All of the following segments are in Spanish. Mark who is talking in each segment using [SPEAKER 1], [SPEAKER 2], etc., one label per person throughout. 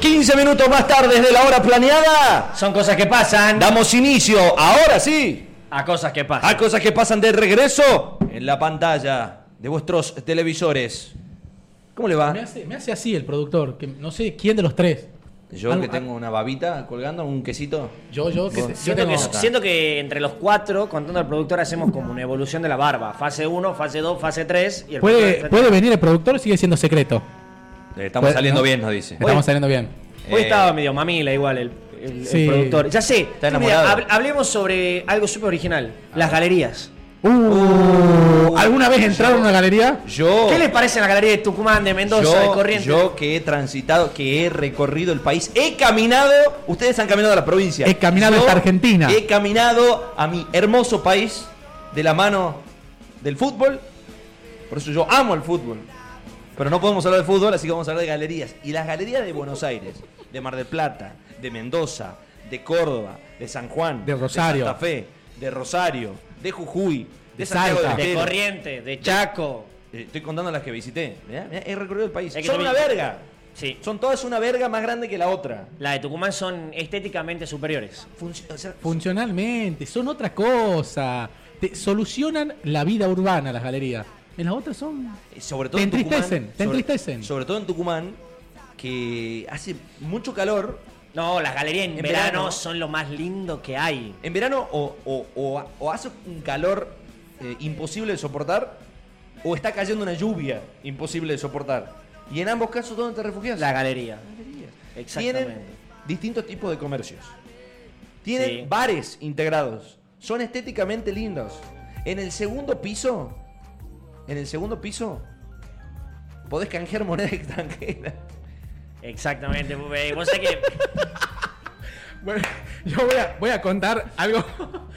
[SPEAKER 1] 15 minutos más tarde de la hora planeada,
[SPEAKER 2] Son cosas que pasan.
[SPEAKER 1] damos inicio, ahora sí,
[SPEAKER 2] A cosas que pasan.
[SPEAKER 1] a cosas que pasan de regreso en la pantalla de vuestros televisores. ¿Cómo le va?
[SPEAKER 3] Me hace, me hace así el productor, que no sé quién de los tres.
[SPEAKER 1] Yo
[SPEAKER 3] Algo-
[SPEAKER 1] que tengo una babita colgando, un quesito.
[SPEAKER 3] Yo, yo, que
[SPEAKER 1] Vos.
[SPEAKER 3] te- yo
[SPEAKER 2] Siento que,
[SPEAKER 3] tengo-
[SPEAKER 2] siento que entre los cuatro, contando al productor, hacemos como una evolución de la barba. Fase 1, fase 2, fase 3. Y el
[SPEAKER 3] ¿Puede,
[SPEAKER 2] productor-
[SPEAKER 3] puede venir el productor, sigue siendo secreto.
[SPEAKER 1] Eh, Estamos
[SPEAKER 3] Pues,
[SPEAKER 1] saliendo
[SPEAKER 3] ¿no?
[SPEAKER 1] bien, nos dice.
[SPEAKER 3] Estamos saliendo bien.
[SPEAKER 2] Hoy
[SPEAKER 1] Eh,
[SPEAKER 2] estaba medio mamila igual el, el- el
[SPEAKER 3] Sí.
[SPEAKER 2] productor. Ya sé.
[SPEAKER 1] Está
[SPEAKER 2] Mira,
[SPEAKER 1] enamorado.
[SPEAKER 2] hab- hablemos sobre algo súper original. Las galerías.
[SPEAKER 3] Uh, ¿Alguna vez entraron a una galería?
[SPEAKER 1] Yo,
[SPEAKER 2] ¿Qué les parece la galería de Tucumán, de Mendoza, de
[SPEAKER 1] Oh. yo,
[SPEAKER 2] Corrientes?
[SPEAKER 1] yo que he transitado, que he recorrido el país, he caminado, ustedes han caminado a la provincia.
[SPEAKER 3] He caminado
[SPEAKER 1] Yo
[SPEAKER 3] hasta Argentina.
[SPEAKER 1] He caminado a mi hermoso país de la mano del fútbol. Por eso yo amo el fútbol. Pero no podemos hablar de fútbol, así que vamos a hablar de galerías. Y las galerías de Buenos Aires, de Mar del Plata, de Mendoza, de Córdoba, de San Juan,
[SPEAKER 3] De Rosario.
[SPEAKER 1] de Santa Fe, de Rosario, de Jujuy, de,
[SPEAKER 3] De
[SPEAKER 1] Santiago del
[SPEAKER 3] Salta.
[SPEAKER 2] de
[SPEAKER 1] Estero.
[SPEAKER 2] Corrientes, de Chaco.
[SPEAKER 1] Eh, Estoy contando las que visité. Mirá, mirá, he recorrido el país.
[SPEAKER 2] Es que
[SPEAKER 1] Son una
[SPEAKER 2] también-
[SPEAKER 1] verga.
[SPEAKER 2] Sí.
[SPEAKER 1] Son todas una verga más grande que la otra.
[SPEAKER 2] Las de Tucumán son estéticamente superiores.
[SPEAKER 1] Func- o sea,
[SPEAKER 3] Funcionalmente, son otra cosa. Te solucionan la vida urbana las galerías. En las otras son.
[SPEAKER 1] sobre todo
[SPEAKER 3] Te
[SPEAKER 1] en Tucumán,
[SPEAKER 3] entristecen, te
[SPEAKER 1] sobre-
[SPEAKER 3] entristecen.
[SPEAKER 1] Sobre todo en Tucumán, que hace mucho calor.
[SPEAKER 2] No, las galerías en,
[SPEAKER 1] En
[SPEAKER 2] verano,
[SPEAKER 1] verano.
[SPEAKER 2] son lo más lindo que hay.
[SPEAKER 1] En verano o, o- o- o hace un calor eh, imposible de soportar o está cayendo una lluvia imposible de soportar. Y en ambos casos, ¿dónde te refugias?
[SPEAKER 2] La galería.
[SPEAKER 1] Galerías.
[SPEAKER 2] Exactamente.
[SPEAKER 1] Tienen distintos tipos de comercios. Tienen
[SPEAKER 2] Sí.
[SPEAKER 1] bares integrados. Son estéticamente lindos. En el segundo piso, en el segundo piso, podés canjear moneda extranjera.
[SPEAKER 2] Exactamente. Pupe. Vos sabés que
[SPEAKER 3] Bueno, yo voy a, voy a contar algo.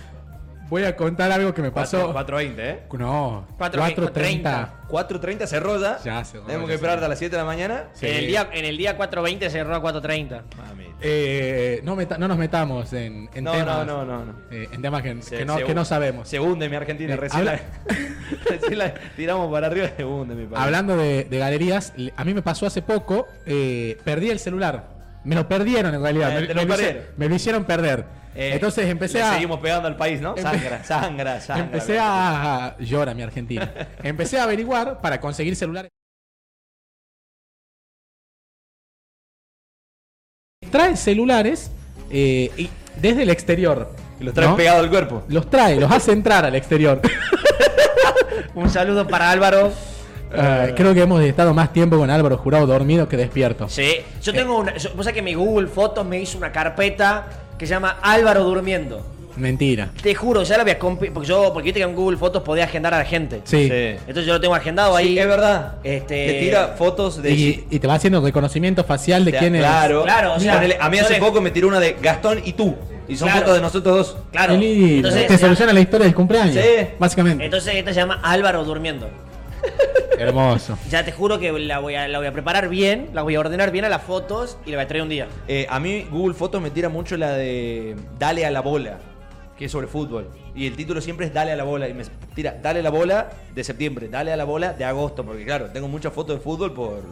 [SPEAKER 3] Voy a contar algo que me pasó.
[SPEAKER 1] 4.20, ¿eh?
[SPEAKER 3] No,
[SPEAKER 2] Cuatro-
[SPEAKER 3] 4.30.
[SPEAKER 1] 4.30 se roda.
[SPEAKER 3] Ya se roda,
[SPEAKER 1] Tenemos que
[SPEAKER 3] ya
[SPEAKER 1] esperar
[SPEAKER 3] se roda.
[SPEAKER 1] hasta las 7 de la mañana.
[SPEAKER 3] Sí.
[SPEAKER 2] en, el día, en el día 4.20 cerró a 4.30.
[SPEAKER 3] Eh, no, meta- no nos metamos en, en
[SPEAKER 1] No,
[SPEAKER 3] temas.
[SPEAKER 1] no, no, no, no.
[SPEAKER 3] eh, en temas que,
[SPEAKER 1] Se-
[SPEAKER 3] que no,
[SPEAKER 1] se
[SPEAKER 3] que
[SPEAKER 1] hun-
[SPEAKER 3] no sabemos.
[SPEAKER 1] Se hunde mi Argentina.
[SPEAKER 3] Eh,
[SPEAKER 1] Recién,
[SPEAKER 3] habla-
[SPEAKER 1] la, recién la tiramos para arriba. Se hunde mi país.
[SPEAKER 3] Hablando de, de galerías, le- a mí me pasó hace poco, eh, perdí el celular. Me lo perdieron en realidad.
[SPEAKER 1] Eh,
[SPEAKER 3] me,
[SPEAKER 1] te lo
[SPEAKER 3] me hice-
[SPEAKER 1] perdieron.
[SPEAKER 3] me lo hicieron perder.
[SPEAKER 1] Eh,
[SPEAKER 3] Entonces empecé
[SPEAKER 1] le
[SPEAKER 3] a.
[SPEAKER 1] Seguimos pegando al país, ¿no?
[SPEAKER 3] Empe-
[SPEAKER 1] Sangra, sangra, sangra.
[SPEAKER 3] Empecé a. Llora mi Argentina. Empecé a averiguar para conseguir celulares. Trae celulares eh, y desde el exterior.
[SPEAKER 1] Los traes
[SPEAKER 3] ¿no?
[SPEAKER 1] pegado al cuerpo.
[SPEAKER 3] Los trae, los hace entrar al exterior.
[SPEAKER 2] Un saludo para Álvaro.
[SPEAKER 3] Eh, creo que hemos estado más tiempo con Álvaro Jurado dormido que despierto.
[SPEAKER 2] Sí, yo tengo una. yo- Vos sabés que mi Google Fotos me hizo una carpeta que se llama Álvaro Durmiendo.
[SPEAKER 3] Mentira.
[SPEAKER 2] Te juro, ya la había compi- porque yo, porque viste que en Google Fotos podía agendar a la gente.
[SPEAKER 3] Sí.
[SPEAKER 2] Entonces yo lo tengo agendado ahí.
[SPEAKER 1] Sí, es verdad.
[SPEAKER 2] Este-
[SPEAKER 1] Te tira fotos de.
[SPEAKER 3] Y, y te va haciendo reconocimiento facial de
[SPEAKER 1] de-
[SPEAKER 3] quién es.
[SPEAKER 1] Claro,
[SPEAKER 2] Claro, o sea,
[SPEAKER 1] Ponele, a mí
[SPEAKER 2] yo
[SPEAKER 1] hace
[SPEAKER 2] le-
[SPEAKER 1] poco me tiró una de Gastón y tú. Y son
[SPEAKER 2] Claro.
[SPEAKER 1] fotos de nosotros dos.
[SPEAKER 2] Claro.
[SPEAKER 3] Qué lindo.
[SPEAKER 2] Entonces,
[SPEAKER 3] te
[SPEAKER 2] se-
[SPEAKER 3] soluciona la historia del cumpleaños.
[SPEAKER 1] Sí.
[SPEAKER 3] Básicamente.
[SPEAKER 2] entonces esta se llama Álvaro Durmiendo.
[SPEAKER 3] Hermoso.
[SPEAKER 2] Ya te juro que la voy, a, la voy a preparar bien, la voy a ordenar bien a las fotos y la voy a traer un día.
[SPEAKER 1] Eh, a mí Google Fotos me tira mucho la de Dale a la bola, que es sobre fútbol. Y el título siempre es Dale a la bola. Y me tira Dale a la bola de septiembre, Dale a la bola de agosto. Porque claro, tengo muchas fotos de fútbol por,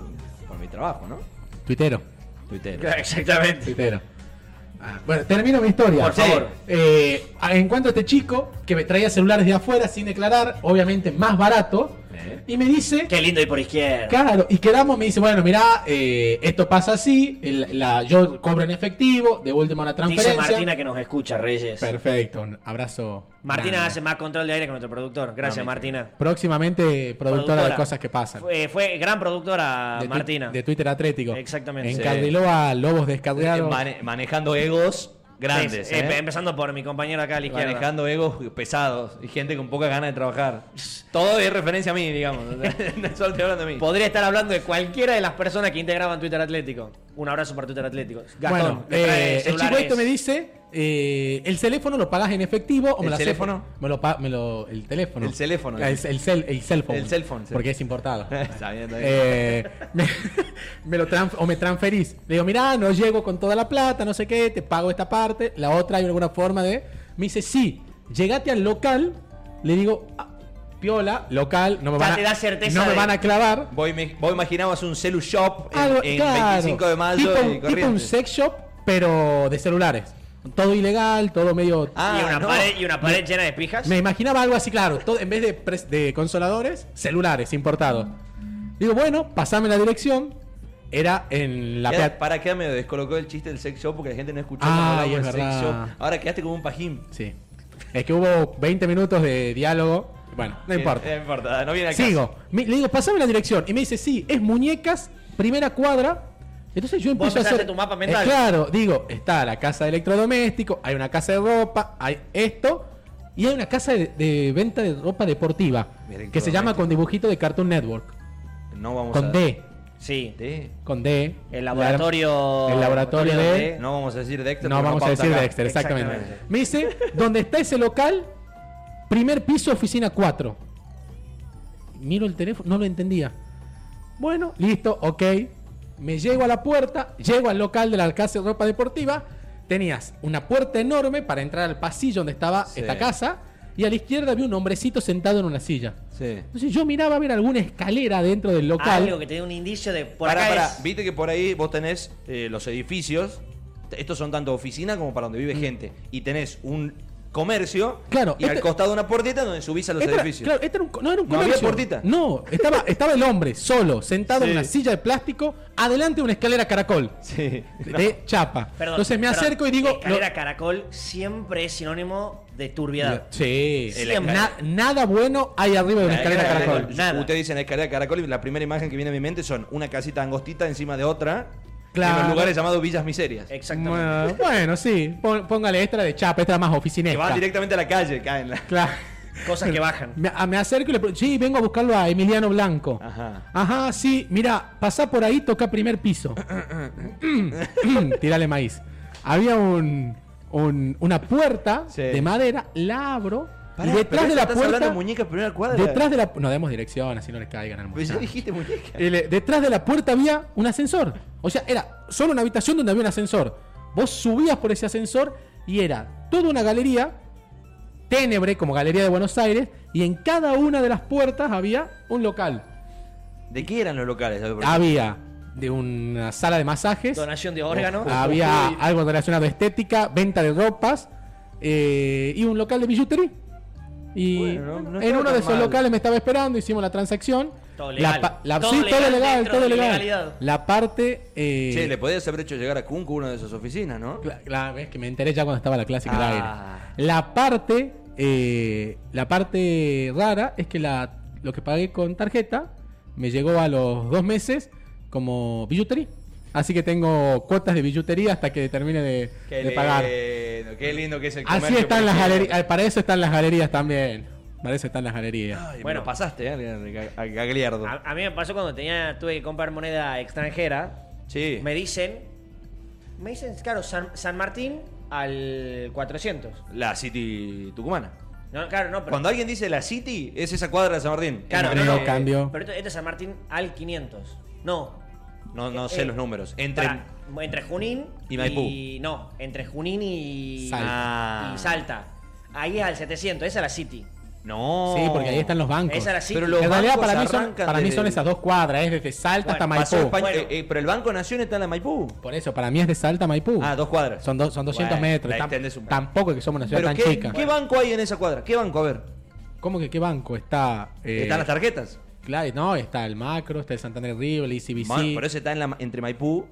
[SPEAKER 1] por mi trabajo, ¿no?
[SPEAKER 3] Tuitero.
[SPEAKER 1] Twitter.
[SPEAKER 2] Exactamente.
[SPEAKER 3] Tuitero. Ah, bueno, termino mi historia.
[SPEAKER 2] Por favor.
[SPEAKER 3] Eh, encuentro a este chico que me traía celulares de afuera sin declarar, obviamente más barato.
[SPEAKER 1] Eh.
[SPEAKER 3] Y me dice.
[SPEAKER 2] Qué lindo ir por izquierda.
[SPEAKER 3] Claro, y quedamos, me dice, bueno, mirá, eh, esto pasa así, el- la, yo cobro en efectivo, de última una transferencia.
[SPEAKER 2] Dice Martina que nos escucha, Reyes.
[SPEAKER 3] Perfecto, un abrazo.
[SPEAKER 2] Martina
[SPEAKER 3] grande.
[SPEAKER 2] hace más control de aire que nuestro productor. Gracias, Martina.
[SPEAKER 3] Próximamente productora, de cosas que pasan.
[SPEAKER 2] Fue, fue gran productora,
[SPEAKER 3] De tu-
[SPEAKER 2] Martina.
[SPEAKER 3] De Twitter Atlético.
[SPEAKER 2] Exactamente.
[SPEAKER 3] Encarriló a Lobos
[SPEAKER 1] Eh,
[SPEAKER 3] Descarriados.
[SPEAKER 1] mane- manejando egos grandes.
[SPEAKER 2] Sí, sí,
[SPEAKER 1] ¿eh?
[SPEAKER 2] Empezando por mi compañero acá a la izquierda.
[SPEAKER 1] Manejando egos pesados y gente con poca ganas de trabajar. Todo es referencia a mí, digamos. O sea, no solo estoy hablando de mí.
[SPEAKER 2] Podría estar hablando de cualquiera de las personas que integraban Twitter Atlético. Un abrazo para Twitter Atlético. Gastón,
[SPEAKER 3] bueno,
[SPEAKER 2] me trae
[SPEAKER 3] eh, el chico
[SPEAKER 2] celulares.
[SPEAKER 3] esto me dice, eh, ¿el teléfono lo pagas en efectivo o me
[SPEAKER 1] ¿El
[SPEAKER 3] lo haces-
[SPEAKER 1] teléfono?
[SPEAKER 3] Me lo, pa- me lo- el teléfono.
[SPEAKER 1] El teléfono.
[SPEAKER 3] El, el cel, el cell phone.
[SPEAKER 1] El cell phone, sí.
[SPEAKER 3] Porque es importado.
[SPEAKER 1] Está bien, está bien.
[SPEAKER 3] Eh, me, me lo tran- o me transferís. Le digo, mirá, no llego con toda la plata, no sé qué, te pago esta parte. La otra, hay alguna forma de. Me dice, sí, llegate al local. Le digo, ah, piola, local, no me
[SPEAKER 2] Ya
[SPEAKER 3] van a,
[SPEAKER 2] te da certeza
[SPEAKER 3] no me
[SPEAKER 2] de-
[SPEAKER 3] van a clavar.
[SPEAKER 1] Vos, ime- vos imaginabas un celu shop en,
[SPEAKER 3] Algo-
[SPEAKER 1] en
[SPEAKER 3] claro,
[SPEAKER 1] 25 de mayo
[SPEAKER 3] tipo,
[SPEAKER 1] y
[SPEAKER 3] un- tipo un
[SPEAKER 1] Corrientes.
[SPEAKER 3] sex shop, pero de celulares. Todo ilegal, todo medio...
[SPEAKER 1] Ah,
[SPEAKER 2] y, una
[SPEAKER 1] no.
[SPEAKER 2] pared, y una pared llena de pijas.
[SPEAKER 3] Me imaginaba algo así, claro. todo- en vez de, pres- de consoladores, celulares importados. Digo, bueno, pasame la dirección. Era en la...
[SPEAKER 1] Queda-
[SPEAKER 3] pea-
[SPEAKER 1] Para que me descolocó el chiste del sex shop porque la gente no escuchó
[SPEAKER 3] Ah,
[SPEAKER 1] cuando
[SPEAKER 3] y
[SPEAKER 1] hablamos del
[SPEAKER 3] es
[SPEAKER 1] sex
[SPEAKER 3] verdad.
[SPEAKER 1] shop. Ahora quedaste como un pajín.
[SPEAKER 3] Sí. Es que hubo 20 minutos de diálogo. Bueno, no importa.
[SPEAKER 1] Eh, No importa, no viene acá.
[SPEAKER 3] Sigo. Me- le digo, pasame la dirección. Y me dice, sí, es muñecas, primera cuadra. Entonces yo empiezo a
[SPEAKER 2] empezaste
[SPEAKER 3] hacer...
[SPEAKER 2] tu mapa mental.
[SPEAKER 3] Eh, claro, digo, está la casa de electrodomésticos, hay una casa de ropa, hay esto, y hay una casa de, de venta de ropa deportiva,
[SPEAKER 1] De
[SPEAKER 3] que se llama con dibujito de Cartoon Network,
[SPEAKER 1] No vamos a...
[SPEAKER 3] con D,
[SPEAKER 2] Sí.
[SPEAKER 1] D.
[SPEAKER 3] con D.
[SPEAKER 2] El laboratorio.
[SPEAKER 3] El laboratorio de-
[SPEAKER 1] No vamos a decir Dexter.
[SPEAKER 3] No
[SPEAKER 1] porque
[SPEAKER 3] vamos a
[SPEAKER 1] pauta
[SPEAKER 3] decir
[SPEAKER 1] acá.
[SPEAKER 3] Dexter, exactamente.
[SPEAKER 2] Exactamente.
[SPEAKER 3] Me dice, ¿dónde está ese local? Primer piso, oficina 4. Miro el teléfono, no lo entendía. Bueno, listo, ok. Me llego a la puerta, llego al local de la casa de ropa deportiva. Tenías una puerta enorme para entrar al pasillo donde estaba
[SPEAKER 1] Sí.
[SPEAKER 3] esta casa. Y a la izquierda había un hombrecito sentado en una silla.
[SPEAKER 1] Sí.
[SPEAKER 3] Entonces yo miraba a ver alguna escalera dentro del local.
[SPEAKER 2] Algo que te dé un indicio de por
[SPEAKER 1] Pará,
[SPEAKER 2] acá
[SPEAKER 1] pará.
[SPEAKER 2] es-
[SPEAKER 1] Viste que por ahí vos tenés eh, los edificios. T- Estos son tanto oficinas como para donde vive gente. Y tenés un comercio.
[SPEAKER 3] Mm. Claro,
[SPEAKER 1] Y al
[SPEAKER 3] este-
[SPEAKER 1] costado una puertita donde subís a los
[SPEAKER 3] Este era-
[SPEAKER 1] edificios.
[SPEAKER 3] claro, este era un co- no era un
[SPEAKER 1] No había
[SPEAKER 3] comercio.
[SPEAKER 1] puertita.
[SPEAKER 3] No, estaba, estaba el hombre solo,
[SPEAKER 1] Sí.
[SPEAKER 3] sentado en una silla de plástico, adelante de una escalera caracol
[SPEAKER 1] Sí.
[SPEAKER 3] de- de chapa.
[SPEAKER 2] Perdón,
[SPEAKER 3] Entonces me
[SPEAKER 2] perdón.
[SPEAKER 3] acerco y digo.
[SPEAKER 2] Escalera
[SPEAKER 3] no-
[SPEAKER 2] caracol siempre es sinónimo de turbiedad.
[SPEAKER 3] Sí,
[SPEAKER 1] Sí,
[SPEAKER 3] Na-
[SPEAKER 1] la-
[SPEAKER 3] nada bueno hay arriba de una escalera
[SPEAKER 2] escalera
[SPEAKER 3] caracol.
[SPEAKER 2] caracol. Nada.
[SPEAKER 1] Ustedes dicen escalera caracol y la primera imagen que viene a mi mente son una casita angostita encima de otra.
[SPEAKER 3] Claro.
[SPEAKER 1] En los lugares llamados Villas Miserias.
[SPEAKER 2] Exactamente.
[SPEAKER 3] Bueno, Bueno, sí, pon- póngale esta era de chapa, esta era más
[SPEAKER 1] Que
[SPEAKER 3] oficinesta.
[SPEAKER 1] van directamente a la calle, caen la-
[SPEAKER 3] Claro.
[SPEAKER 2] Cosas que bajan.
[SPEAKER 3] Me, a- me acerco y le pregunto, sí, vengo a buscarlo a Emiliano Blanco.
[SPEAKER 1] Ajá.
[SPEAKER 3] Ajá, sí, mira, pasá por ahí, toca primer piso. Tírale maíz. Había un, un- una puerta
[SPEAKER 1] Sí.
[SPEAKER 3] de madera, la abro.
[SPEAKER 1] Pará,
[SPEAKER 3] y detrás
[SPEAKER 1] pero
[SPEAKER 3] de la
[SPEAKER 1] estás hablando
[SPEAKER 3] puerta.
[SPEAKER 1] de muñecas primera cuadra.
[SPEAKER 3] Detrás de la. No demos dirección, así no les caigan al
[SPEAKER 1] Pero Pues ya
[SPEAKER 3] muchacho.
[SPEAKER 1] dijiste muñeca.
[SPEAKER 3] Y Eh, le- Detrás de la puerta había un ascensor. O sea, era solo una habitación donde había un ascensor. Vos subías por ese ascensor y era toda una galería, tenebre como Galería de Buenos Aires, y en cada una de las puertas había un local.
[SPEAKER 1] ¿De qué eran los locales? A ver, por ejemplo.
[SPEAKER 3] Había de una sala de masajes,
[SPEAKER 2] Donación de órganos.
[SPEAKER 3] Ah, había
[SPEAKER 2] Uy.
[SPEAKER 3] algo relacionado a estética, venta de ropas eh, y un local de billutería. Y
[SPEAKER 1] Bueno, no- no
[SPEAKER 3] en
[SPEAKER 1] estaba
[SPEAKER 3] uno
[SPEAKER 1] tan
[SPEAKER 3] de esos
[SPEAKER 1] mal.
[SPEAKER 3] locales me estaba esperando, hicimos la transacción.
[SPEAKER 2] Todo
[SPEAKER 3] La
[SPEAKER 2] legal.
[SPEAKER 3] pa- la-
[SPEAKER 2] Todo
[SPEAKER 3] sí, todo
[SPEAKER 2] legal
[SPEAKER 3] legal,
[SPEAKER 2] dentro
[SPEAKER 3] todo
[SPEAKER 2] de la
[SPEAKER 3] legal.
[SPEAKER 2] legalidad.
[SPEAKER 3] La parte. eh,
[SPEAKER 1] Che, le podías haber hecho llegar a Kunku una de sus oficinas, ¿no?
[SPEAKER 3] la, la- es que me enteré ya cuando estaba la clásica al
[SPEAKER 1] Ah.
[SPEAKER 3] aire. La parte. eh, la parte rara es que la, lo que pagué con tarjeta me llegó a los dos meses como billutería. Así que tengo cuotas de billutería hasta que termine de,
[SPEAKER 1] Qué
[SPEAKER 3] de
[SPEAKER 1] lindo,
[SPEAKER 3] pagar.
[SPEAKER 1] qué lindo que es el
[SPEAKER 3] Así
[SPEAKER 1] comercio
[SPEAKER 3] están las
[SPEAKER 1] por izquierda.
[SPEAKER 3] galerías. eh, Para eso están las galerías también. Para eso están las galerías.
[SPEAKER 1] Ay,
[SPEAKER 2] Bueno.
[SPEAKER 1] bueno, pasaste, ¿eh? A a Gagliardo.
[SPEAKER 2] A, a mí me pasó cuando tenía, tuve que comprar moneda extranjera.
[SPEAKER 1] Sí.
[SPEAKER 2] Me dicen. Me dicen, claro, San, San Martín al 400.
[SPEAKER 1] La City Tucumana.
[SPEAKER 2] No, claro, no, pero.
[SPEAKER 1] Cuando alguien dice la City, es esa cuadra de San Martín.
[SPEAKER 2] claro,
[SPEAKER 1] En-
[SPEAKER 3] no,
[SPEAKER 1] eh,
[SPEAKER 3] no, cambio.
[SPEAKER 2] Pero esto, esto es San Martín al 500. No.
[SPEAKER 1] no, no sé
[SPEAKER 2] eh,
[SPEAKER 1] los números. Entre.
[SPEAKER 2] pará, entre Junín
[SPEAKER 1] Y Maipú.
[SPEAKER 2] no, entre Junín y.
[SPEAKER 3] Salta.
[SPEAKER 1] Ah.
[SPEAKER 2] Y Salta. Ahí es al 700, esa es la City.
[SPEAKER 1] No.
[SPEAKER 3] Sí, porque ahí están los bancos.
[SPEAKER 2] Esa es la City.
[SPEAKER 1] Pero lo-
[SPEAKER 3] en realidad
[SPEAKER 1] bancos
[SPEAKER 3] para mí, son,
[SPEAKER 1] arrancan
[SPEAKER 3] para mí
[SPEAKER 1] desde
[SPEAKER 3] son
[SPEAKER 1] el-
[SPEAKER 3] esas dos cuadras, es desde Salta hasta
[SPEAKER 2] Bueno,
[SPEAKER 1] Pasó
[SPEAKER 3] Maipú.
[SPEAKER 1] España-
[SPEAKER 2] Bueno.
[SPEAKER 1] eh, eh, pero el Banco Nación está en la Maipú.
[SPEAKER 3] Por eso, para mí es de Salta a Maipú.
[SPEAKER 1] Ah, dos cuadras.
[SPEAKER 3] Uh. Son, dos- son 200
[SPEAKER 1] Bueno,
[SPEAKER 3] metros.
[SPEAKER 1] la
[SPEAKER 3] tam-
[SPEAKER 1] extendés un-
[SPEAKER 3] tampoco es que somos una ciudad
[SPEAKER 1] Pero
[SPEAKER 3] tan
[SPEAKER 1] ¿qué,
[SPEAKER 3] chica.
[SPEAKER 1] ¿qué banco hay en esa cuadra? ¿Qué banco? A ver.
[SPEAKER 3] ¿Cómo que qué banco? Está. eh,
[SPEAKER 1] ¿Están las tarjetas?
[SPEAKER 3] Claro, no, está el Macro, está el Santander Río, el E ICBC.
[SPEAKER 1] Bueno, pero ese está en la- entre Maipú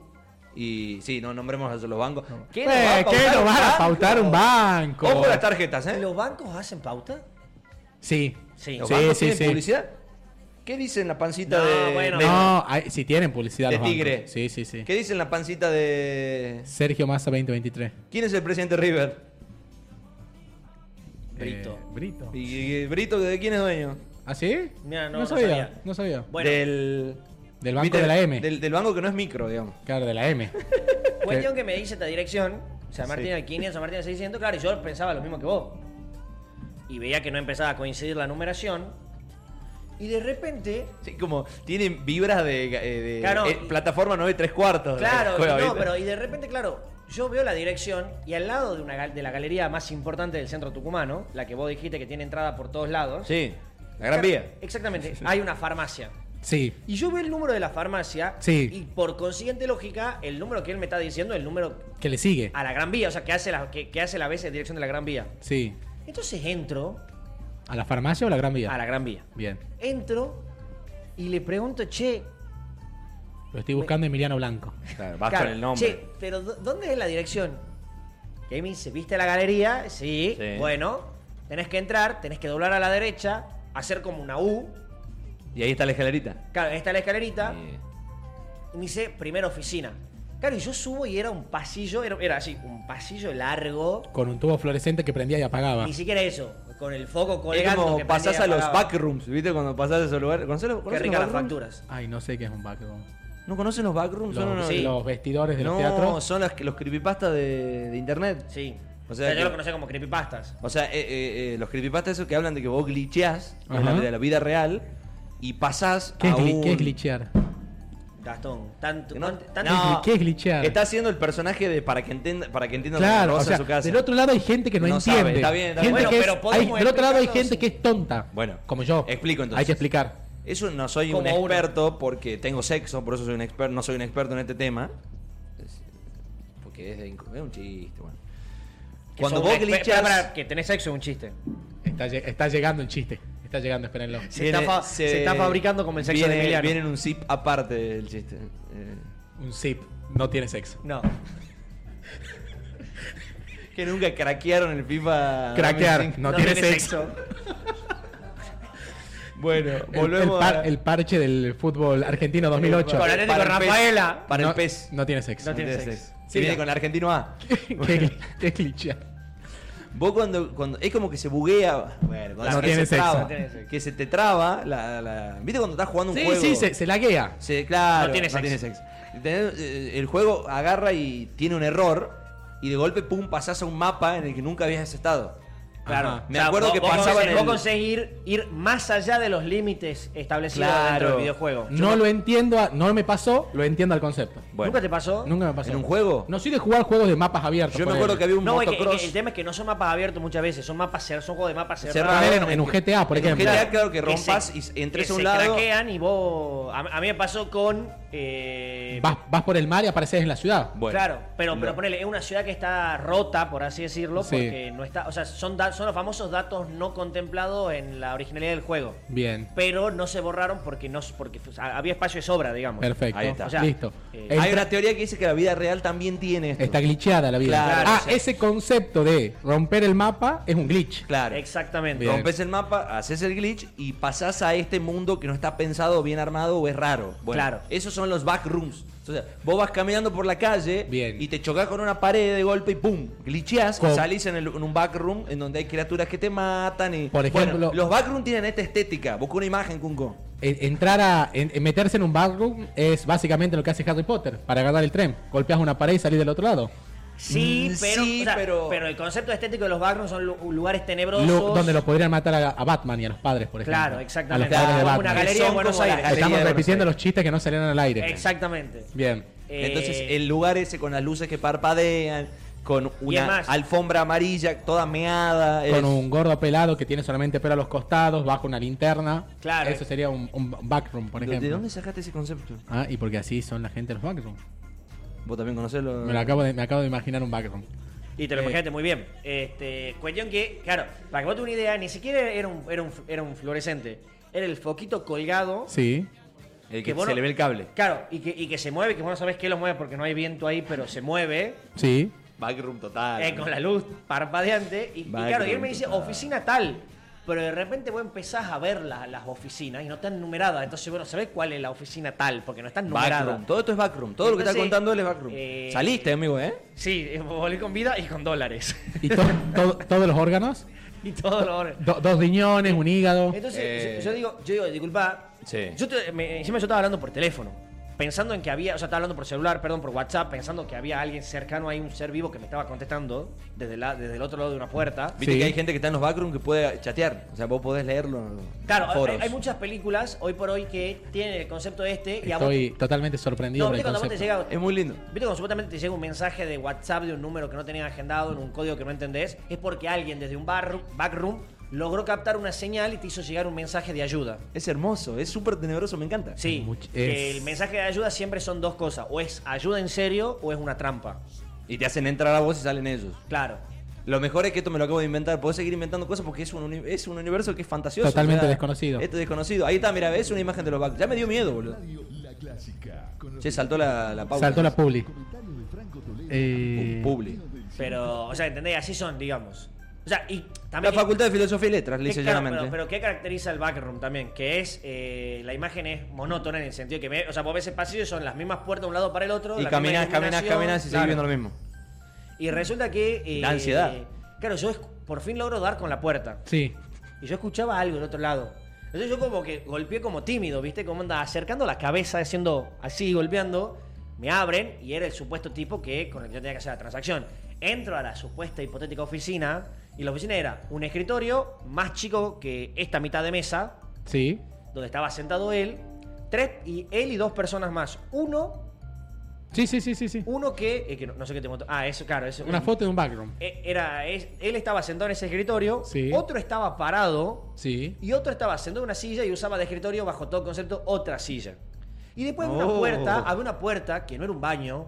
[SPEAKER 1] y. Sí, no nombremos a los bancos.
[SPEAKER 3] Eh,
[SPEAKER 1] ¿Qué nos va a
[SPEAKER 3] ¿qué
[SPEAKER 1] pautar
[SPEAKER 3] nos
[SPEAKER 1] un
[SPEAKER 3] van a
[SPEAKER 1] banco?
[SPEAKER 3] pautar un banco?
[SPEAKER 1] Ojo las tarjetas, ¿eh?
[SPEAKER 2] ¿Los bancos hacen pauta?
[SPEAKER 3] Sí.
[SPEAKER 2] Sí.
[SPEAKER 1] ¿Los
[SPEAKER 3] Sí,
[SPEAKER 1] bancos
[SPEAKER 3] sí,
[SPEAKER 1] tienen
[SPEAKER 3] sí.
[SPEAKER 1] publicidad? ¿Qué dice en la pancita
[SPEAKER 2] No,
[SPEAKER 1] de,
[SPEAKER 2] bueno.
[SPEAKER 1] de-
[SPEAKER 3] No, hay- sí tienen publicidad
[SPEAKER 1] de
[SPEAKER 3] los bancos.
[SPEAKER 1] Tigre?
[SPEAKER 3] Sí, sí, sí.
[SPEAKER 1] ¿Qué dice en la pancita de.
[SPEAKER 3] Sergio Massa 2023.
[SPEAKER 1] ¿Quién es el presidente de River?
[SPEAKER 2] Brito.
[SPEAKER 3] Eh, Brito.
[SPEAKER 1] ¿Y, y- Brito de quién es dueño?
[SPEAKER 3] ¿Ah, sí?
[SPEAKER 2] Mira, no, no
[SPEAKER 3] sabía,
[SPEAKER 2] sabía.
[SPEAKER 3] No sabía.
[SPEAKER 2] Bueno.
[SPEAKER 1] del.
[SPEAKER 3] Del banco de la M.
[SPEAKER 1] Del, del banco que no es micro, digamos.
[SPEAKER 3] Claro, de la M.
[SPEAKER 2] Cuestión que me dice esta dirección, San Martín
[SPEAKER 1] Eh. Sí.
[SPEAKER 2] al 500, San Martín al 600, claro, y yo pensaba lo mismo que vos. Y veía que no empezaba a coincidir la numeración. Y de repente,
[SPEAKER 1] Sí, como tienen vibras de, eh, de-
[SPEAKER 2] Claro.
[SPEAKER 1] eh, plataforma 9 3 cuartos.
[SPEAKER 2] claro,
[SPEAKER 1] Juega,
[SPEAKER 2] no,
[SPEAKER 1] ¿viste?
[SPEAKER 2] pero y de repente, claro, yo veo la dirección y al lado de, una, gal- de la galería más importante del centro tucumano, la que vos dijiste que tiene entrada por todos lados,
[SPEAKER 1] Sí. La Gran Vía.
[SPEAKER 2] Exactamente, hay una farmacia.
[SPEAKER 3] Sí.
[SPEAKER 2] Y yo veo el número de la farmacia
[SPEAKER 3] Sí.
[SPEAKER 2] y por consiguiente lógica, el número que él me está diciendo es el número
[SPEAKER 3] Que le sigue.
[SPEAKER 2] a la Gran Vía, o sea, que hace la, que, que hace la vez en dirección de la Gran Vía.
[SPEAKER 3] Sí.
[SPEAKER 2] Entonces entro
[SPEAKER 3] ¿A la farmacia o a la Gran Vía?
[SPEAKER 2] a la Gran Vía.
[SPEAKER 3] Bien.
[SPEAKER 2] Entro y le pregunto, che,
[SPEAKER 3] Lo estoy buscando Emiliano Blanco.
[SPEAKER 1] Claro, vas
[SPEAKER 2] claro,
[SPEAKER 1] con el nombre.
[SPEAKER 2] Che, pero ¿dó- ¿dónde es la dirección? Que ahí me dice, ¿viste la galería? Sí.
[SPEAKER 1] Sí.
[SPEAKER 2] Bueno, tenés que entrar, tenés que doblar a la derecha, hacer como una U.
[SPEAKER 1] Y ahí está la escalerita.
[SPEAKER 2] Claro, ahí está la escalerita.
[SPEAKER 1] Sí.
[SPEAKER 2] Y me dice, primera oficina. Claro, y yo subo y era un pasillo, era, era así, un pasillo largo.
[SPEAKER 3] Con un tubo fluorescente que prendía y apagaba.
[SPEAKER 2] Ni siquiera eso, con el foco
[SPEAKER 1] Ah. Es
[SPEAKER 2] colgando. que
[SPEAKER 1] como
[SPEAKER 2] prendía
[SPEAKER 1] pasás
[SPEAKER 2] y
[SPEAKER 1] a los
[SPEAKER 2] apagaba.
[SPEAKER 1] backrooms, ¿viste? Cuando pasás a esos lugares. ¿Conocés los,
[SPEAKER 2] Qué
[SPEAKER 1] conocen
[SPEAKER 2] ricas
[SPEAKER 1] los
[SPEAKER 2] las
[SPEAKER 1] backrooms?
[SPEAKER 2] facturas.
[SPEAKER 3] Ay, no sé qué es un backroom.
[SPEAKER 1] ¿No conocen los backrooms?
[SPEAKER 3] Los,
[SPEAKER 1] son unos-
[SPEAKER 2] sí.
[SPEAKER 3] los vestidores de
[SPEAKER 1] no,
[SPEAKER 3] los teatros.
[SPEAKER 1] son las, que- los creepypastas de, de internet.
[SPEAKER 2] Sí.
[SPEAKER 1] O
[SPEAKER 2] O
[SPEAKER 1] sea
[SPEAKER 2] sea,
[SPEAKER 1] que-
[SPEAKER 2] yo lo conocía como creepypastas.
[SPEAKER 1] O sea, eh, eh, eh, los creepypastas esos que hablan de que vos glitcheás en la,
[SPEAKER 3] Ajá.
[SPEAKER 1] de la vida real y pasás
[SPEAKER 3] ¿Qué
[SPEAKER 1] a
[SPEAKER 3] es, gli-
[SPEAKER 1] un...
[SPEAKER 3] qué es glitchear?
[SPEAKER 2] Gastón, tanto.
[SPEAKER 1] No,
[SPEAKER 2] cuánto- tanto-
[SPEAKER 1] no.
[SPEAKER 3] ¿Qué es glitchear?
[SPEAKER 1] Está haciendo el personaje de para que entienda para que entienda
[SPEAKER 3] claro,
[SPEAKER 1] lo
[SPEAKER 3] o
[SPEAKER 1] que pasa
[SPEAKER 3] sea,
[SPEAKER 1] en su casa.
[SPEAKER 3] del otro lado hay gente que no,
[SPEAKER 1] No sabe,
[SPEAKER 3] entiende.
[SPEAKER 1] está bien, está
[SPEAKER 3] Gente
[SPEAKER 2] bien.
[SPEAKER 3] que
[SPEAKER 2] Bueno,
[SPEAKER 3] es-
[SPEAKER 2] pero
[SPEAKER 3] hay-
[SPEAKER 2] podemos
[SPEAKER 3] del otro lado hay
[SPEAKER 2] explicarlo,
[SPEAKER 3] gente
[SPEAKER 2] sí.
[SPEAKER 3] que es tonta.
[SPEAKER 1] Bueno,
[SPEAKER 3] como yo.
[SPEAKER 1] explico entonces.
[SPEAKER 3] Hay que explicar.
[SPEAKER 1] Eso no soy un
[SPEAKER 2] Como uno.
[SPEAKER 1] experto porque tengo sexo, por eso soy un experto, no soy un experto en este tema. Es- Porque es, de inco- es un chiste, bueno.
[SPEAKER 2] que
[SPEAKER 1] Cuando
[SPEAKER 2] son
[SPEAKER 1] vos
[SPEAKER 2] una exper-
[SPEAKER 1] glitchás,
[SPEAKER 2] Pará, pará, que tenés sexo es un chiste.
[SPEAKER 3] Está, lle- está llegando un chiste. Está llegando, espérenlo.
[SPEAKER 2] se está fa- se está fabricando como el sexo de
[SPEAKER 1] viene,
[SPEAKER 2] Emiliano.
[SPEAKER 1] Viene en un zip aparte del chiste. Eh,
[SPEAKER 3] Un zip no tiene sexo.
[SPEAKER 2] No.
[SPEAKER 1] que nunca craquearon el FIFA.
[SPEAKER 3] Craquear, no, tiene, sexo.
[SPEAKER 1] Bueno,
[SPEAKER 3] El- El,
[SPEAKER 1] volvemos
[SPEAKER 3] par-
[SPEAKER 1] a-
[SPEAKER 3] el parche del fútbol argentino 2008.
[SPEAKER 2] Con Atlético
[SPEAKER 1] Para el pez.
[SPEAKER 2] Rafaela.
[SPEAKER 1] Para
[SPEAKER 3] no,
[SPEAKER 1] el pez.
[SPEAKER 3] No tiene sexo.
[SPEAKER 2] No tiene sexo.
[SPEAKER 1] Se
[SPEAKER 3] Sí,
[SPEAKER 1] viene
[SPEAKER 3] no.
[SPEAKER 1] con el argentino A.
[SPEAKER 3] ¿Qué, qué cliché.
[SPEAKER 1] Vos cuando, cuando. Es como que se buguea. Bueno, cuando
[SPEAKER 3] No
[SPEAKER 1] que
[SPEAKER 3] tiene
[SPEAKER 1] se
[SPEAKER 3] sexo.
[SPEAKER 1] traba,
[SPEAKER 2] No tiene sexo.
[SPEAKER 1] Que se te traba. La, la- ¿Viste cuando estás jugando un
[SPEAKER 3] Sí,
[SPEAKER 1] juego?
[SPEAKER 3] sí, se, se laguea.
[SPEAKER 1] Se- claro,
[SPEAKER 2] No tiene sexo.
[SPEAKER 1] Tenés, eh, el juego agarra y tiene un error. Y de golpe, pum, pasás a un mapa en el que nunca habías estado.
[SPEAKER 2] Claro.
[SPEAKER 3] Ajá.
[SPEAKER 1] Me acuerdo que pasaba en
[SPEAKER 2] conseguís,
[SPEAKER 1] el-
[SPEAKER 2] Vos conseguir ir más allá de los límites establecidos dentro del videojuego.
[SPEAKER 3] No lo entiendo, a- no me pasó, lo entiendo al concepto.
[SPEAKER 1] Bueno,
[SPEAKER 2] ¿Nunca te pasó?
[SPEAKER 3] Nunca me pasó.
[SPEAKER 1] ¿En un juego?
[SPEAKER 3] No soy de jugar juegos de mapas abiertos.
[SPEAKER 1] Yo me
[SPEAKER 3] ponele.
[SPEAKER 1] acuerdo que había un
[SPEAKER 2] No, es que-
[SPEAKER 1] motocross.
[SPEAKER 2] es que el tema es que no son mapas abiertos muchas veces, son mapas cer- son juegos de mapas
[SPEAKER 1] Cerrado.
[SPEAKER 2] cerrados.
[SPEAKER 3] Ponele en, en un GTA, por
[SPEAKER 1] En un
[SPEAKER 3] ejemplo.
[SPEAKER 1] GTA, claro que rompas
[SPEAKER 2] se-
[SPEAKER 1] y entres
[SPEAKER 2] que
[SPEAKER 1] a un
[SPEAKER 2] se
[SPEAKER 1] lado.
[SPEAKER 2] craquean y vos. A, a mí me pasó con. eh,
[SPEAKER 3] Vas, vas por el mar y apareces en la ciudad.
[SPEAKER 1] Bueno,
[SPEAKER 2] claro, pero, pero
[SPEAKER 1] lo-
[SPEAKER 2] ponele, es una ciudad que está rota, por así decirlo,
[SPEAKER 3] Sí.
[SPEAKER 2] porque no está. O sea, son, da- son los famosos datos no contemplados en la originalidad del juego.
[SPEAKER 3] Bien,
[SPEAKER 2] Pero no se borraron porque no porque o sea, había espacio de sobra, digamos.
[SPEAKER 3] perfecto.
[SPEAKER 1] Ahí está.
[SPEAKER 2] O sea,
[SPEAKER 3] Listo.
[SPEAKER 2] eh,
[SPEAKER 3] Entra-
[SPEAKER 1] Hay una teoría que dice que la vida real también tiene esto.
[SPEAKER 3] Está glitcheada la vida.
[SPEAKER 1] Claro,
[SPEAKER 3] ah,
[SPEAKER 2] o sea-
[SPEAKER 3] ese concepto de romper el mapa es un glitch.
[SPEAKER 1] Claro.
[SPEAKER 2] Exactamente.
[SPEAKER 3] Bien.
[SPEAKER 1] Rompes el mapa, haces el glitch y pasás a este mundo que no está pensado, bien armado o es raro. Bueno,
[SPEAKER 2] Claro.
[SPEAKER 1] Esos son los backrooms. O sea, vos vas caminando por la calle
[SPEAKER 3] Bien.
[SPEAKER 1] y te chocas con una pared de golpe y ¡pum! Glitcheás
[SPEAKER 3] Co-
[SPEAKER 1] y salís en, el- en un backroom en donde hay criaturas que te matan y...
[SPEAKER 3] Por
[SPEAKER 1] Bueno,
[SPEAKER 3] ejemplo-
[SPEAKER 1] los backrooms tienen esta estética. Busca una imagen, Kunko.
[SPEAKER 3] E- Entrar a en- en meterse en un backroom es básicamente lo que hace Harry Potter para agarrar el tren. Golpeas una pared y salís del otro lado.
[SPEAKER 2] Sí,
[SPEAKER 1] Mm,
[SPEAKER 2] pero,
[SPEAKER 1] sí,
[SPEAKER 2] o sea,
[SPEAKER 1] pero-
[SPEAKER 2] pero... el concepto estético de los backrooms son lu- lugares tenebrosos.
[SPEAKER 3] Lo- donde lo podrían matar a, a Batman y a los padres, por ejemplo.
[SPEAKER 2] Claro, exactamente.
[SPEAKER 3] A los padres de
[SPEAKER 2] Claro, una
[SPEAKER 3] Batman.
[SPEAKER 2] galería
[SPEAKER 1] Son
[SPEAKER 2] de Buenos
[SPEAKER 1] como la
[SPEAKER 2] Aires.
[SPEAKER 1] galería de
[SPEAKER 3] Estamos
[SPEAKER 1] Buenos
[SPEAKER 2] eh.
[SPEAKER 3] repitiendo
[SPEAKER 1] Aires.
[SPEAKER 3] los chistes que no salieron al aire.
[SPEAKER 2] Exactamente.
[SPEAKER 3] Bien.
[SPEAKER 2] Eh,
[SPEAKER 1] Entonces, el lugar ese con las luces que parpadean, con
[SPEAKER 2] es
[SPEAKER 1] una
[SPEAKER 2] más.
[SPEAKER 1] alfombra amarilla toda meada. es-
[SPEAKER 3] Con un gordo pelado que tiene solamente pelo a los costados, bajo una linterna.
[SPEAKER 2] Claro.
[SPEAKER 3] Eso sería un, un backroom, por
[SPEAKER 1] ¿De-
[SPEAKER 3] ejemplo.
[SPEAKER 1] ¿De dónde sacaste ese concepto?
[SPEAKER 3] Ah, y porque así son la gente los backrooms.
[SPEAKER 1] Vos también conocés los...
[SPEAKER 3] Me, lo acabo de, me acabo de imaginar un backroom.
[SPEAKER 2] Y te lo
[SPEAKER 3] Eh.
[SPEAKER 2] imaginaste muy bien. Este, cuestión que, claro, para que vos tengas una idea, ni siquiera era un, era un, era un fluorescente. Era el foquito colgado.
[SPEAKER 3] Sí.
[SPEAKER 1] El que,
[SPEAKER 2] Que vos
[SPEAKER 1] se
[SPEAKER 2] no-
[SPEAKER 1] le ve el cable.
[SPEAKER 2] Claro, y que, y que se mueve, que vos no sabés qué lo mueve porque no hay viento ahí, pero se mueve.
[SPEAKER 3] Sí.
[SPEAKER 1] Backroom total.
[SPEAKER 2] eh, con la luz parpadeante. Y, y
[SPEAKER 1] Va,
[SPEAKER 2] claro, y él
[SPEAKER 1] correcto.
[SPEAKER 2] me dice oficina tal. Pero de repente vos empezás a ver la- las oficinas y no están numeradas. Entonces, bueno, sabés cuál es la oficina tal, porque no están numeradas.
[SPEAKER 1] Backroom. Todo esto es backroom. Todo lo que está
[SPEAKER 2] Entonces,
[SPEAKER 1] contando él es backroom.
[SPEAKER 2] eh,
[SPEAKER 1] Saliste, amigo, ¿eh?
[SPEAKER 2] Sí, eh, volví con vida y con dólares.
[SPEAKER 3] ¿Y to- to- todos los órganos?
[SPEAKER 2] y todo lo
[SPEAKER 3] Do- dos riñones, un hígado.
[SPEAKER 2] Entonces,
[SPEAKER 1] Eh.
[SPEAKER 2] yo digo, yo digo, disculpa.
[SPEAKER 1] Sí.
[SPEAKER 2] Yo te- me- encima yo estaba hablando por teléfono. Pensando en que había, o sea, estaba hablando por celular, perdón, por WhatsApp, pensando que había alguien cercano ahí, un ser vivo que me estaba contestando desde, la, desde el otro lado de una puerta.
[SPEAKER 1] Viste
[SPEAKER 3] Sí.
[SPEAKER 1] que hay gente que está en los backroom que puede chatear. O sea, vos podés leerlo. en
[SPEAKER 2] Claro, hay-
[SPEAKER 1] foros.
[SPEAKER 2] hay, muchas películas hoy por hoy que tienen el concepto este y a vos-
[SPEAKER 3] Estoy totalmente sorprendido
[SPEAKER 2] No,
[SPEAKER 3] por
[SPEAKER 2] viste
[SPEAKER 3] el
[SPEAKER 2] cuando a vos te
[SPEAKER 3] concepto.
[SPEAKER 2] llega.
[SPEAKER 1] Es muy lindo.
[SPEAKER 2] Viste cuando supuestamente te llega un mensaje de WhatsApp de un número que no tenías agendado, en un código que no entendés, es porque alguien desde un bar, backroom logró captar una señal y te hizo llegar un mensaje de ayuda.
[SPEAKER 1] Es hermoso, es súper tenebroso, me encanta.
[SPEAKER 2] Sí,
[SPEAKER 3] Much-
[SPEAKER 2] que
[SPEAKER 3] es-
[SPEAKER 2] el mensaje de ayuda siempre son dos cosas, o es ayuda en serio o es una trampa.
[SPEAKER 1] Y te hacen entrar a vos y salen ellos.
[SPEAKER 2] Claro.
[SPEAKER 1] Lo mejor es que esto me lo acabo de inventar. Podés seguir inventando cosas porque es un, uni- es un universo que es fantasioso.
[SPEAKER 3] Totalmente desconocido.
[SPEAKER 1] Esto es desconocido. Ahí está, mira, es una imagen de los Bucks. Ya me dio miedo, boludo.
[SPEAKER 4] La clásica. Con los
[SPEAKER 1] Che, saltó la, la pauta.
[SPEAKER 3] Saltó la publi.
[SPEAKER 4] comentarios de Franco Toledo.
[SPEAKER 3] Eh,
[SPEAKER 1] Un publi.
[SPEAKER 2] Pero, o sea, ¿entendés? Así son, digamos. O sea, y
[SPEAKER 1] La
[SPEAKER 2] también...
[SPEAKER 1] Facultad de Filosofía y Letras,
[SPEAKER 2] que-
[SPEAKER 1] le dice
[SPEAKER 2] claro,
[SPEAKER 1] llanamente.
[SPEAKER 2] pero, pero ¿qué caracteriza el backroom también? Que es, eh, la imagen es monótona en el sentido que, ve- o sea, vos ves el pasillo y son las mismas puertas de un lado para el otro.
[SPEAKER 1] y
[SPEAKER 2] la misma
[SPEAKER 1] caminás, caminás,
[SPEAKER 2] iluminación.
[SPEAKER 1] caminás y seguís
[SPEAKER 2] Claro.
[SPEAKER 1] viendo lo mismo.
[SPEAKER 2] Y resulta que... eh,
[SPEAKER 1] La ansiedad.
[SPEAKER 2] Claro, yo escu- por fin logro dar con la puerta.
[SPEAKER 3] Sí.
[SPEAKER 2] Y yo escuchaba algo del otro lado. Entonces yo como que golpeé como tímido, ¿viste? Como anda acercando la cabeza, haciendo así, golpeando. Me abren y era el supuesto tipo que con el que yo tenía que hacer la transacción. Entro a la supuesta hipotética oficina y la oficina era un escritorio más chico que esta mitad de mesa
[SPEAKER 3] Sí.
[SPEAKER 2] donde estaba sentado él, tres y él y dos personas más. Uno,
[SPEAKER 3] Sí, sí, sí, sí, sí.
[SPEAKER 2] uno que, eh, que no, no sé qué te mostró. Ah, eso claro, eso.
[SPEAKER 3] Una foto de un background.
[SPEAKER 2] Eh, Era, es- él estaba sentado en ese escritorio,
[SPEAKER 3] Sí.
[SPEAKER 2] otro estaba parado
[SPEAKER 3] Sí.
[SPEAKER 2] y otro estaba sentado en una silla y usaba de escritorio bajo todo concepto otra silla. Y después había una
[SPEAKER 1] Oh.
[SPEAKER 2] puerta, había una puerta que no era un baño,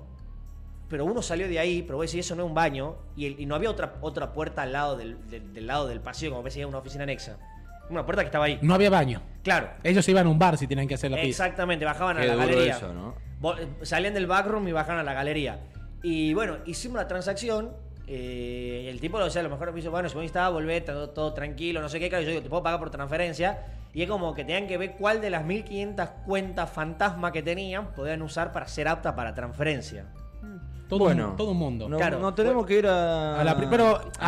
[SPEAKER 2] pero uno salió de ahí, pero vos decís, eso no es un baño, y, el- y no había otra, otra puerta al lado del, del- del lado del pasillo, como decía una oficina anexa. Una puerta que estaba ahí.
[SPEAKER 3] No había baño.
[SPEAKER 2] Claro.
[SPEAKER 3] Ellos se iban a un bar si tenían que hacer la pizza.
[SPEAKER 2] Exactamente, bajaban
[SPEAKER 1] Qué
[SPEAKER 2] a la
[SPEAKER 1] duro
[SPEAKER 2] galería.
[SPEAKER 1] eso, ¿no?
[SPEAKER 2] Vo- eh, Salían del backroom y bajaron a la galería. Y bueno, hicimos la transacción. eh, el tipo, o sea, a lo mejor me dice, bueno, si vos necesitabas volver, todo, todo tranquilo, no sé qué, claro, yo digo, te puedo pagar por transferencia. Y es como que tenían que ver cuál de las 1500 cuentas fantasma que tenían podían usar para ser apta para transferencia.
[SPEAKER 3] Todo,
[SPEAKER 1] bueno,
[SPEAKER 3] un, todo un mundo.
[SPEAKER 1] No,
[SPEAKER 2] Claro.
[SPEAKER 1] no tenemos que ir a.
[SPEAKER 3] A la pri- pero
[SPEAKER 1] a la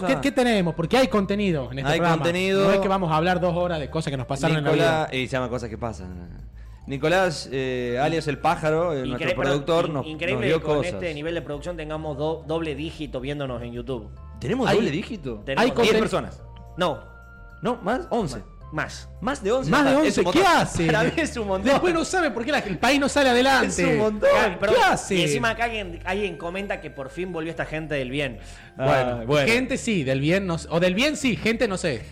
[SPEAKER 1] primera
[SPEAKER 3] ¿qué,
[SPEAKER 1] pausa.
[SPEAKER 3] qué tenemos? Porque hay contenido en este
[SPEAKER 1] Hay
[SPEAKER 3] programa.
[SPEAKER 1] contenido.
[SPEAKER 3] No es que vamos a hablar dos horas de cosas que nos pasaron en la vida.
[SPEAKER 1] Nicolás, y se llama cosas que pasan. Nicolás, eh, alias el pájaro, eh, nuestro
[SPEAKER 2] Incre-
[SPEAKER 1] productor,
[SPEAKER 2] perdón,
[SPEAKER 1] nos,
[SPEAKER 2] in- increíble
[SPEAKER 1] nos dio
[SPEAKER 2] que con
[SPEAKER 1] cosas.
[SPEAKER 2] este nivel de producción tengamos do- doble dígito viéndonos en YouTube.
[SPEAKER 1] ¿Tenemos
[SPEAKER 3] Hay-
[SPEAKER 1] doble dígito?
[SPEAKER 2] Tenemos
[SPEAKER 3] Hay
[SPEAKER 2] doble-
[SPEAKER 3] conten-
[SPEAKER 1] personas.
[SPEAKER 2] No,
[SPEAKER 1] No, más 11.
[SPEAKER 2] más.
[SPEAKER 1] Más de 11.
[SPEAKER 3] Más de
[SPEAKER 1] Es un
[SPEAKER 3] 11,
[SPEAKER 1] montón.
[SPEAKER 3] ¿qué hace?
[SPEAKER 1] Para mí es un montón.
[SPEAKER 3] Después no sabe por qué la- el país no sale adelante.
[SPEAKER 1] Es un montón.
[SPEAKER 2] Claro, perdón.
[SPEAKER 3] ¿Qué hace?
[SPEAKER 2] Y encima acá alguien, alguien comenta que por fin volvió esta gente del bien.
[SPEAKER 1] Ah,
[SPEAKER 3] Bueno, gente sí, del bien no sé. O del bien sí, gente no sé.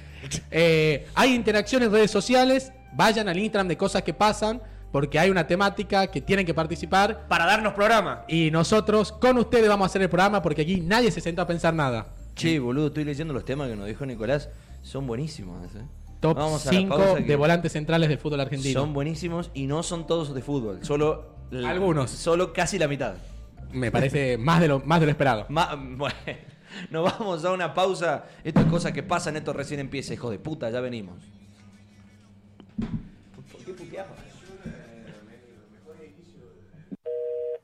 [SPEAKER 3] Eh, hay interacción en redes sociales. Vayan al Instagram de cosas que pasan. Porque hay una temática que tienen que participar.
[SPEAKER 2] Para darnos programa.
[SPEAKER 3] Y nosotros con ustedes vamos a hacer el programa porque aquí nadie se sentó a pensar nada.
[SPEAKER 1] Che, boludo, estoy leyendo los temas que nos dijo Nicolás. Son buenísimos. eh.
[SPEAKER 3] Top
[SPEAKER 1] Vamos a la
[SPEAKER 3] 5
[SPEAKER 1] pausa
[SPEAKER 3] de
[SPEAKER 1] que
[SPEAKER 3] volantes centrales del fútbol argentino.
[SPEAKER 1] Son buenísimos y no son todos de fútbol. Solo. la-
[SPEAKER 3] Algunos.
[SPEAKER 1] Solo casi la mitad.
[SPEAKER 3] Me parece más de lo, más de lo esperado.
[SPEAKER 1] Ma- bueno, nos vamos a una pausa. Esto es cosas que pasan, esto recién empieza, hijo de puta, ya venimos.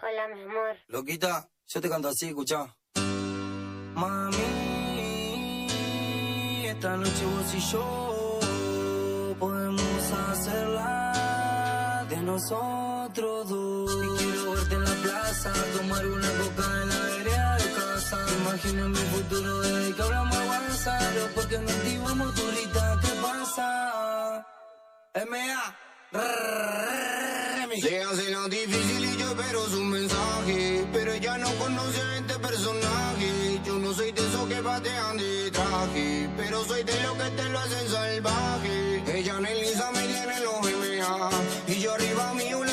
[SPEAKER 5] Hola, mi amor.
[SPEAKER 6] Loquita, yo te canto así, escuchá. Mami, esta noche vos y yo podemos hacerla de nosotros dos. Y quiero verte en la plaza, tomar una coca en la vereda de casa. Imagina mi futuro desde que hablamos a WhatsApp, porque nos activamos turita, ¿qué pasa? M.A.
[SPEAKER 7] Se hace la difícil y yo espero su mensaje. Pero ella no conoce a este personaje. Yo no soy de esos que patean de traje. Pero soy de los que te lo hacen salvaje. Ella en el Lisa me tiene los MA. Y yo arriba mío la